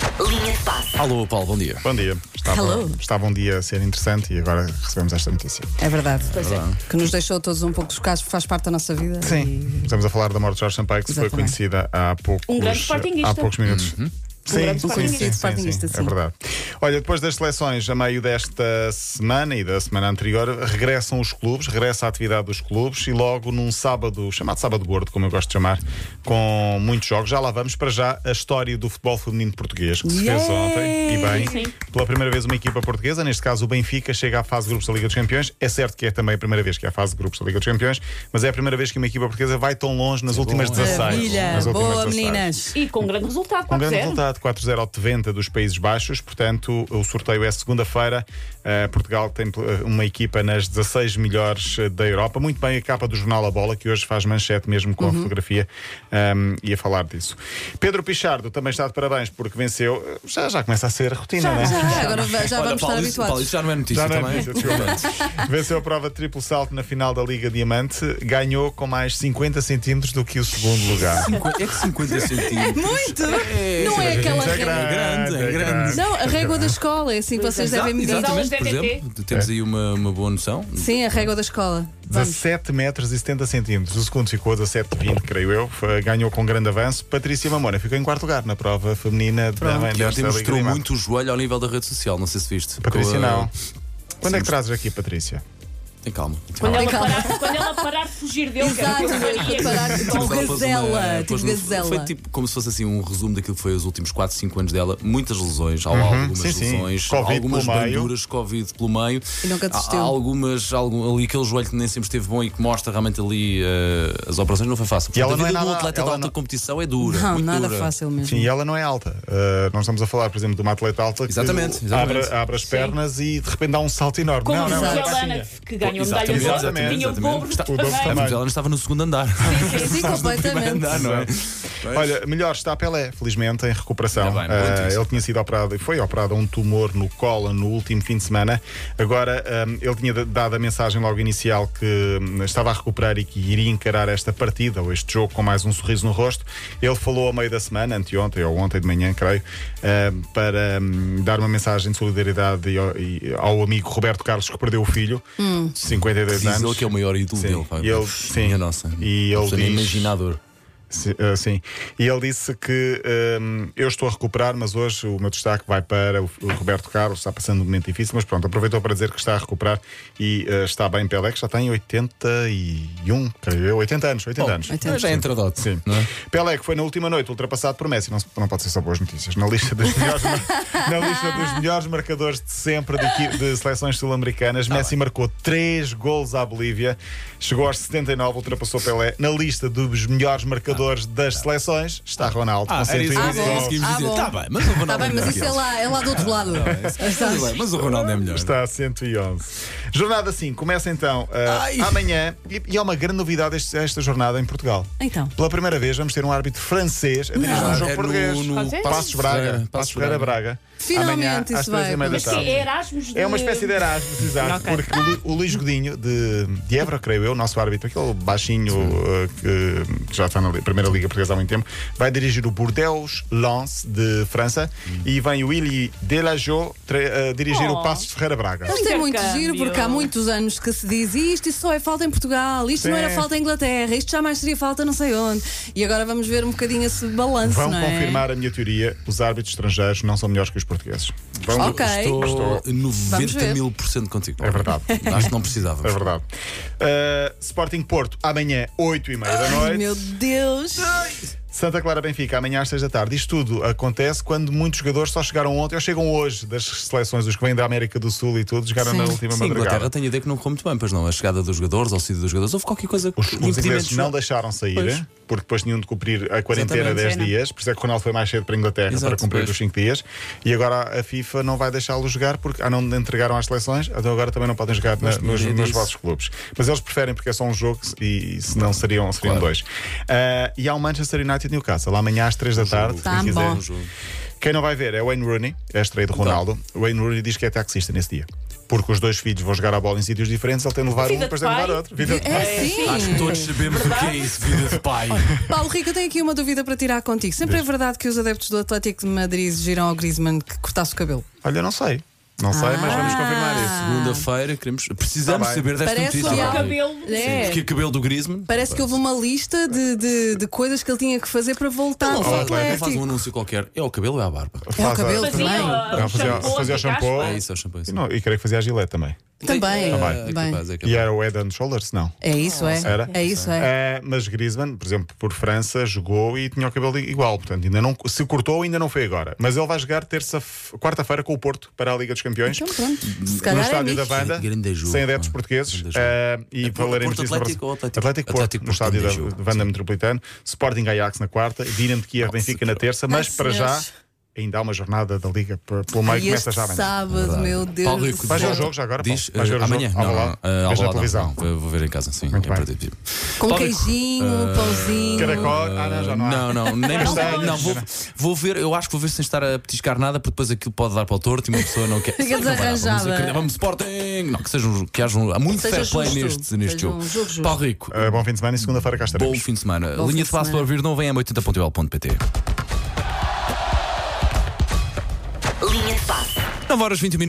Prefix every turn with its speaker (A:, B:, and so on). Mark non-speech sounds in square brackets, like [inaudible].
A: se passa.
B: Alô, Paulo, bom dia.
C: Bom dia. Estava,
D: Hello.
C: estava um dia a ser interessante e agora recebemos esta notícia.
D: É verdade.
A: Pois é.
D: Que nos deixou todos um pouco chocados, porque faz parte da nossa vida.
C: Sim. Estamos a falar da morte de Jorge Sampaio, que foi
D: Exatamente.
C: conhecida há poucos,
A: Um grande sportinguista. Uhum. Um
C: há poucos minutos. Sim,
A: grande
C: sim,
A: sportinguista.
C: sim, sim, sim,
D: Sportinguista,
C: é
D: sim.
C: verdade. Olha, depois das seleções, a meio desta semana e da semana anterior, regressam os clubes, regressa a atividade dos clubes e logo num sábado, chamado Sábado Gordo, como eu gosto de chamar, com muitos jogos, já lá vamos para já a história do futebol feminino português, que se fez
D: Yay!
C: ontem, e bem,
A: Sim.
C: pela primeira vez uma equipa portuguesa, neste caso o Benfica, chega à fase de grupos da Liga dos Campeões. É certo que é também a primeira vez que é a fase de grupos da Liga dos Campeões, mas é a primeira vez que uma equipa portuguesa vai tão longe nas últimas 16.
D: Maravilha.
C: nas últimas
D: Boa,
C: 16.
D: meninas.
A: E com grande resultado,
C: Um
A: pode
C: grande
A: ser.
C: resultado, 4-0 ao Teventa dos Países Baixos. Portanto, o sorteio é segunda-feira. Eh, Portugal tem eh, uma equipa nas 16 melhores eh, da Europa. Muito bem a capa do jornal A Bola, que hoje faz manchete mesmo com a fotografia ehm, e a falar disso. Pedro Pichardo também está de parabéns porque venceu. Eh, Já, já começa a ser rotina, não é?
D: Ah, agora va- já
B: Olha,
D: vamos
B: Paulo, isso,
D: estar
B: Paulo,
D: habituados.
B: isso já não é notícia
C: Já não é
B: também.
C: notícia,
B: [laughs]
C: desculpa. [laughs] Venceu a prova de triplo salto na final da Liga Diamante, ganhou com mais 50 centímetros do que o segundo lugar.
B: Cinqu- É que 50 centímetros.
D: Muito! não é aquela
C: é
D: régua.
B: grande, é grande.
D: Não, a régua da escola, é assim que vocês devem medir.
A: aulas
B: Exatamente,
A: de
B: por
A: TTT.
B: exemplo, temos aí uma, uma boa noção.
C: É
D: Sim, a régua da escola. Vamos.
C: 17 metros e 70 centímetros. O segundo ficou a 17,20, creio eu. Foi- Ganhou com grande avanço. Patrícia Mamona ficou em quarto lugar na prova feminina da mãe
B: Que
C: da
B: ontem mostrou muito o joelho ao nível da rede social, não sei se viste. Com
C: Patrícia,
B: a-
C: não. Quando é
B: Sim,
C: que trazes aqui, Patrícia?
B: Tem calma.
A: Quando ela,
D: Tem calma.
A: parar, quando ela parar de fugir dele, que é era o
D: Exato,
A: que eu faria.
D: parar tipo
B: Ela pôs uma-
D: gazela,
B: é, pôs
D: tipo
B: no- Foi
D: gazela.
B: tipo como se fosse assim um resumo daquilo que foi os últimos 4, 5 anos dela. Muitas lesões, há algumas
C: Uhum. sim, sim.
B: lesões,
C: Covid
B: algumas
C: pelo meio.
B: banduras, Covid pelo meio.
D: E nunca desistiu.
B: Há- há algumas, algum, ali aquele joelho que nem sempre esteve bom e que mostra realmente ali eh, as operações não foi fácil.
C: E ela
B: Portanto, a
C: não é
B: vida de um
C: nada-
B: atleta de
C: ela
B: alta
C: não-
B: competição é dura.
D: Não,
B: muito
D: nada
B: dura.
D: fácil mesmo.
C: Sim, e ela não é alta. Uh, nós estamos a falar, por exemplo, de uma atleta alta que
B: Exatamente, exatamente.
C: Abre, abre as pernas e de repente dá um salto enorme.
A: Como
C: não, não,
A: o
C: é
D: exato.
A: Zelana,
C: baixinha.
A: que ganhou medalha de
B: Exatamente,
A: ouro,
B: exatamente,
A: tinha o dobro
B: exatamente.
A: de
C: O dobro
A: tamanho.
B: É,
C: também.
B: mas ela estava no segundo andar. [laughs]
D: Sim,
B: Primeiro andar,
D: completamente.
B: não é?
C: Olha, melhor está Pelé, felizmente, em recuperação.
B: Ainda bem, muito
C: Ah,
B: isso.
C: ele tinha sido operado e foi operado a um tumor no colo no último fim de semana. Agora, ahm, ele tinha d- dado a mensagem logo inicial que hum, estava a recuperar e que iria encarar esta partida ou este jogo com mais um sorriso no rosto. Ele falou a meio da semana, anteontem ou ontem de manhã, creio, ahm, para hum, dar uma mensagem de solidariedade e ao- e ao amigo Roberto Carlos que perdeu o filho,
B: Hum.
C: 52
B: Diz
C: anos.
B: ele que é o maior ídolo
C: Sim.
B: dele. pá.
C: E ele- sim.
B: Minha nossa.
C: E
B: Uma
C: ele
B: pessoa nem
C: diz-
B: imaginador.
C: Si- ah, Sim, e ele disse que hum, eu estou a recuperar, mas hoje o meu destaque vai para o, o Roberto Carlos, está passando um momento difícil, mas pronto, aproveitou para dizer que está a recuperar e ah, está bem Pelé, que já tem 81, creio eu, 80 anos, 80 anos.
D: Oitenta.
B: Já é entradote.
C: Sim.
B: Não é?
C: Pelé, que foi na última noite ultrapassado por Messi, não, se- não pode ser só boas notícias, na lista dos
B: [laughs]
C: melhores, mar- na lista dos melhores marcadores de sempre de, equi- de seleções sul-americanas,
B: Tá
C: Messi marcou 3 gols à Bolívia, chegou aos 79, ultrapassou Pelé. Na lista dos melhores marcadores das seleções está Ronaldo. com
B: Tá. Ah, era isso que
C: 111
D: Ah, bom.
C: gols.
B: conseguimos
D: Ah,
B: dizer.
D: bom.
B: Tá bem, mas o Ronaldo
D: Está bem,
B: é melhor
D: mas
B: que
D: isso é
B: ele.
D: lá, é assim. lá do outro lado.
B: Tudo bem, mas o Ronaldo é melhor.
C: Está a 111. Jornada 5 começa então ah,
B: Ai.
C: amanhã e, e há uma grande novidade este- esta jornada em Portugal.
D: Então.
C: Pela primeira vez vamos ter um árbitro francês a dirigir um
B: Ah,
C: jogo
B: é no-
C: português.
B: no
A: Pode ser?
C: Passos Braga. Passos Ferreira Braga.
D: Finalmente
C: Amanhã,
D: isso
C: às três e
D: vai
C: meia da
A: Mas
C: tarde.
A: que é Erasmus de...
C: É uma espécie de Erasmus, exato.
A: Ok.
C: Porque o Lu- o Luís Godinho, de, de Évora, creio eu, nosso árbitro, aquele baixinho uh, que, que já está na li- Primeira Liga Portuguesa há muito tempo, vai dirigir o Bordeaux Lance de França e vem o Willy Delageau tre- uh, dirigir
A: Oh.
C: o Passos de Ferreira Braga.
D: Isto é muito
A: Intercâmbio.
D: giro porque há muitos anos que se diz isto, isso só é falta em Portugal, isto não era
C: Sim.
D: falta em Inglaterra, isto jamais seria falta não sei onde. E agora vamos ver um bocadinho esse balanço,
C: Vão
D: não é?
C: confirmar a minha teoria: os árbitros estrangeiros não são melhores que os portugueses. Vão-
D: Ok.
B: Estou 90
D: ver.
B: mil por cento contigo.
C: É verdade.
B: Acho que não precisava.
C: É verdade. Uh, Sporting Porto, amanhã, 8h30 da
D: Ai,
C: noite.
D: meu Deus!
C: Santa Clara Benfica, amanhã às 6 da tarde. Isto tudo acontece quando muitos jogadores só chegaram ontem ou chegam hoje das seleções, os que vêm da América do Sul e tudo, chegaram
D: Sim.
C: na última
B: Sim, a Inglaterra
C: madrugada.
B: tem a ideia que não correu muito bem, pois não. A chegada dos jogadores, ao sítio dos jogadores, houve qualquer coisa.
C: Os, os ingleses
B: impedimentos-
C: não deixaram sair,
B: Pois.
C: porque depois tinham de cumprir a quarentena
B: Exatamente.
C: 10
A: Sim, não.
C: dias, por isso é que o Ronaldo foi mais cedo para a Inglaterra
B: Exato,
C: para cumprir
B: pois.
C: os 5 dias, e agora a FIFA não vai deixá-los jogar porque ah, não entregaram às seleções, então agora também não podem jogar na-
B: Mas
C: nos,
B: ninguém
C: nos
B: disse.
C: vossos clubes. Mas eles preferem porque é só um jogo e, e se não seriam, seriam
B: Claro.
C: dois. Ah, e há o Manchester United Newcastle, amanhã às 3 da tarde,
D: Tá
C: quem quiser.
D: bom.
B: Um jogo. Tá.
C: Quem não vai ver é Wayne Rooney, é a estreia de Ronaldo. Wayne Rooney diz que é taxista nesse dia. porque os dois filhos vão jogar a bola em sítios diferentes, ele tem de levar
A: Vida
C: um
A: de
C: depois tem de
A: pai.
C: levar outro. Vida de pai.
D: É sim.
B: Acho que todos sabemos o que é isso, vida de pai.
D: Paulo Rico, eu tenho aqui uma dúvida para tirar contigo. Sempre é verdade que os adeptos do Atlético de Madrid exigiram ao Griezmann que cortasse o cabelo.
C: Olha, não sei. Não sei, mas
D: Ah.
C: vamos confirmar isso.
B: Segunda-feira, queremos, precisamos
C: Tá bem.
B: saber desta
D: Parece
B: notícia.
D: real.
A: Cabelo.
D: É.
B: Porque o cabelo do Griezmann.
D: Parece que houve um uma lista de, de- de coisas que ele tinha que fazer para voltar
B: Não
D: ao
B: faz, não
D: Atlético.
B: faz um anúncio qualquer. É o cabelo ou é a barba?
D: É o
C: Faz a-
D: cabelo
A: Fazia,
D: também.
A: ó,
C: Não,
A: o
C: fazia-
A: shampoo,
C: fazia o
A: assim,
C: shampoo.
A: caspa.
B: É isso, é o champanhe.
C: E, não, e creio que fazia a gilete também.
B: É,
D: Também. Bem.
B: capaz, é capaz.
C: E era o Ed and Shoulders? Não.
D: É isso, é.
C: Era?
D: É isso, é.
C: Eh, mas Griezmann, por exemplo, por França, jogou e tinha o cabelo igual. Portanto, ainda não, se cortou, ainda não foi agora. Mas ele vai jogar terça, quarta-feira com o Porto para a Liga dos Campeões.
D: Então pronto. Se
C: no
D: calhar é
C: estádio da
D: misto.
C: banda,
B: Grande jogo,
C: sem adeptos
B: pá.
C: portugueses,
B: Grande jogo.
C: eh, e
B: É Porto-
C: falaremos
B: Porto
C: disso na
B: Atlético
C: próxima-
B: ou Atlético?
C: Atlético Porto,
B: Atlético
C: no
B: Porto,
C: estádio da
B: grande jogo,
C: Vanda
B: sim.
C: Metropolitano, Sporting Ajax na quarta, Dinamo de Kiev,
B: Nossa,
C: Benfica na
B: que-
C: terça, mas
D: Ai,
C: para já
D: senhores.
C: ainda há uma jornada da Liga por- pelo meio
D: E
C: começa
D: este
C: já amanhã.
D: sábado, meu Deus.
B: Paulo
D: do
B: Rico, de
C: Vais ver o
B: volta.
C: jogo já agora, Paulo?
B: Diz,
C: Vais ver o
B: eh, amanhã,
C: jogo?
B: não,
C: Ao
B: não,
C: lado?
B: não, eh, ao
C: Vês na
B: lado,
C: televisão?
B: não, eu vou ver em casa, sim,
C: Muito
B: é
C: bem.
B: imperdível.
D: Com
B: Paulo Rico, Ah,
D: queijinho, pãozinho.
C: Caracol, ah, não, já não há.
B: Não, não, nem
C: [laughs] Não
B: não,
C: sei.
B: não, vou, vou ver, eu acho que vou ver sem estar a petiscar nada, porque depois aquilo pode dar para o torto e uma pessoa não quer.
D: [laughs] Fica
B: Não vai dar, vamos
D: desarranjada.
B: acreditar, Vamos Sporting! Não, que, seja um, que haja um, há muito
D: Seja
B: fair play
D: justo,
B: neste, neste
D: seja
B: jogo.
D: um jogo justo.
B: Paulo Rico,
C: Eh, bom fim de semana e segunda-feira cá
B: bom
C: estaremos.
B: fim de semana.
D: Bom fim
B: Linha
D: de
B: de passo para
D: semana.
B: ouvir não vem a 80.pt.
E: Linha de passe.
B: 9 horas um 20 minutos.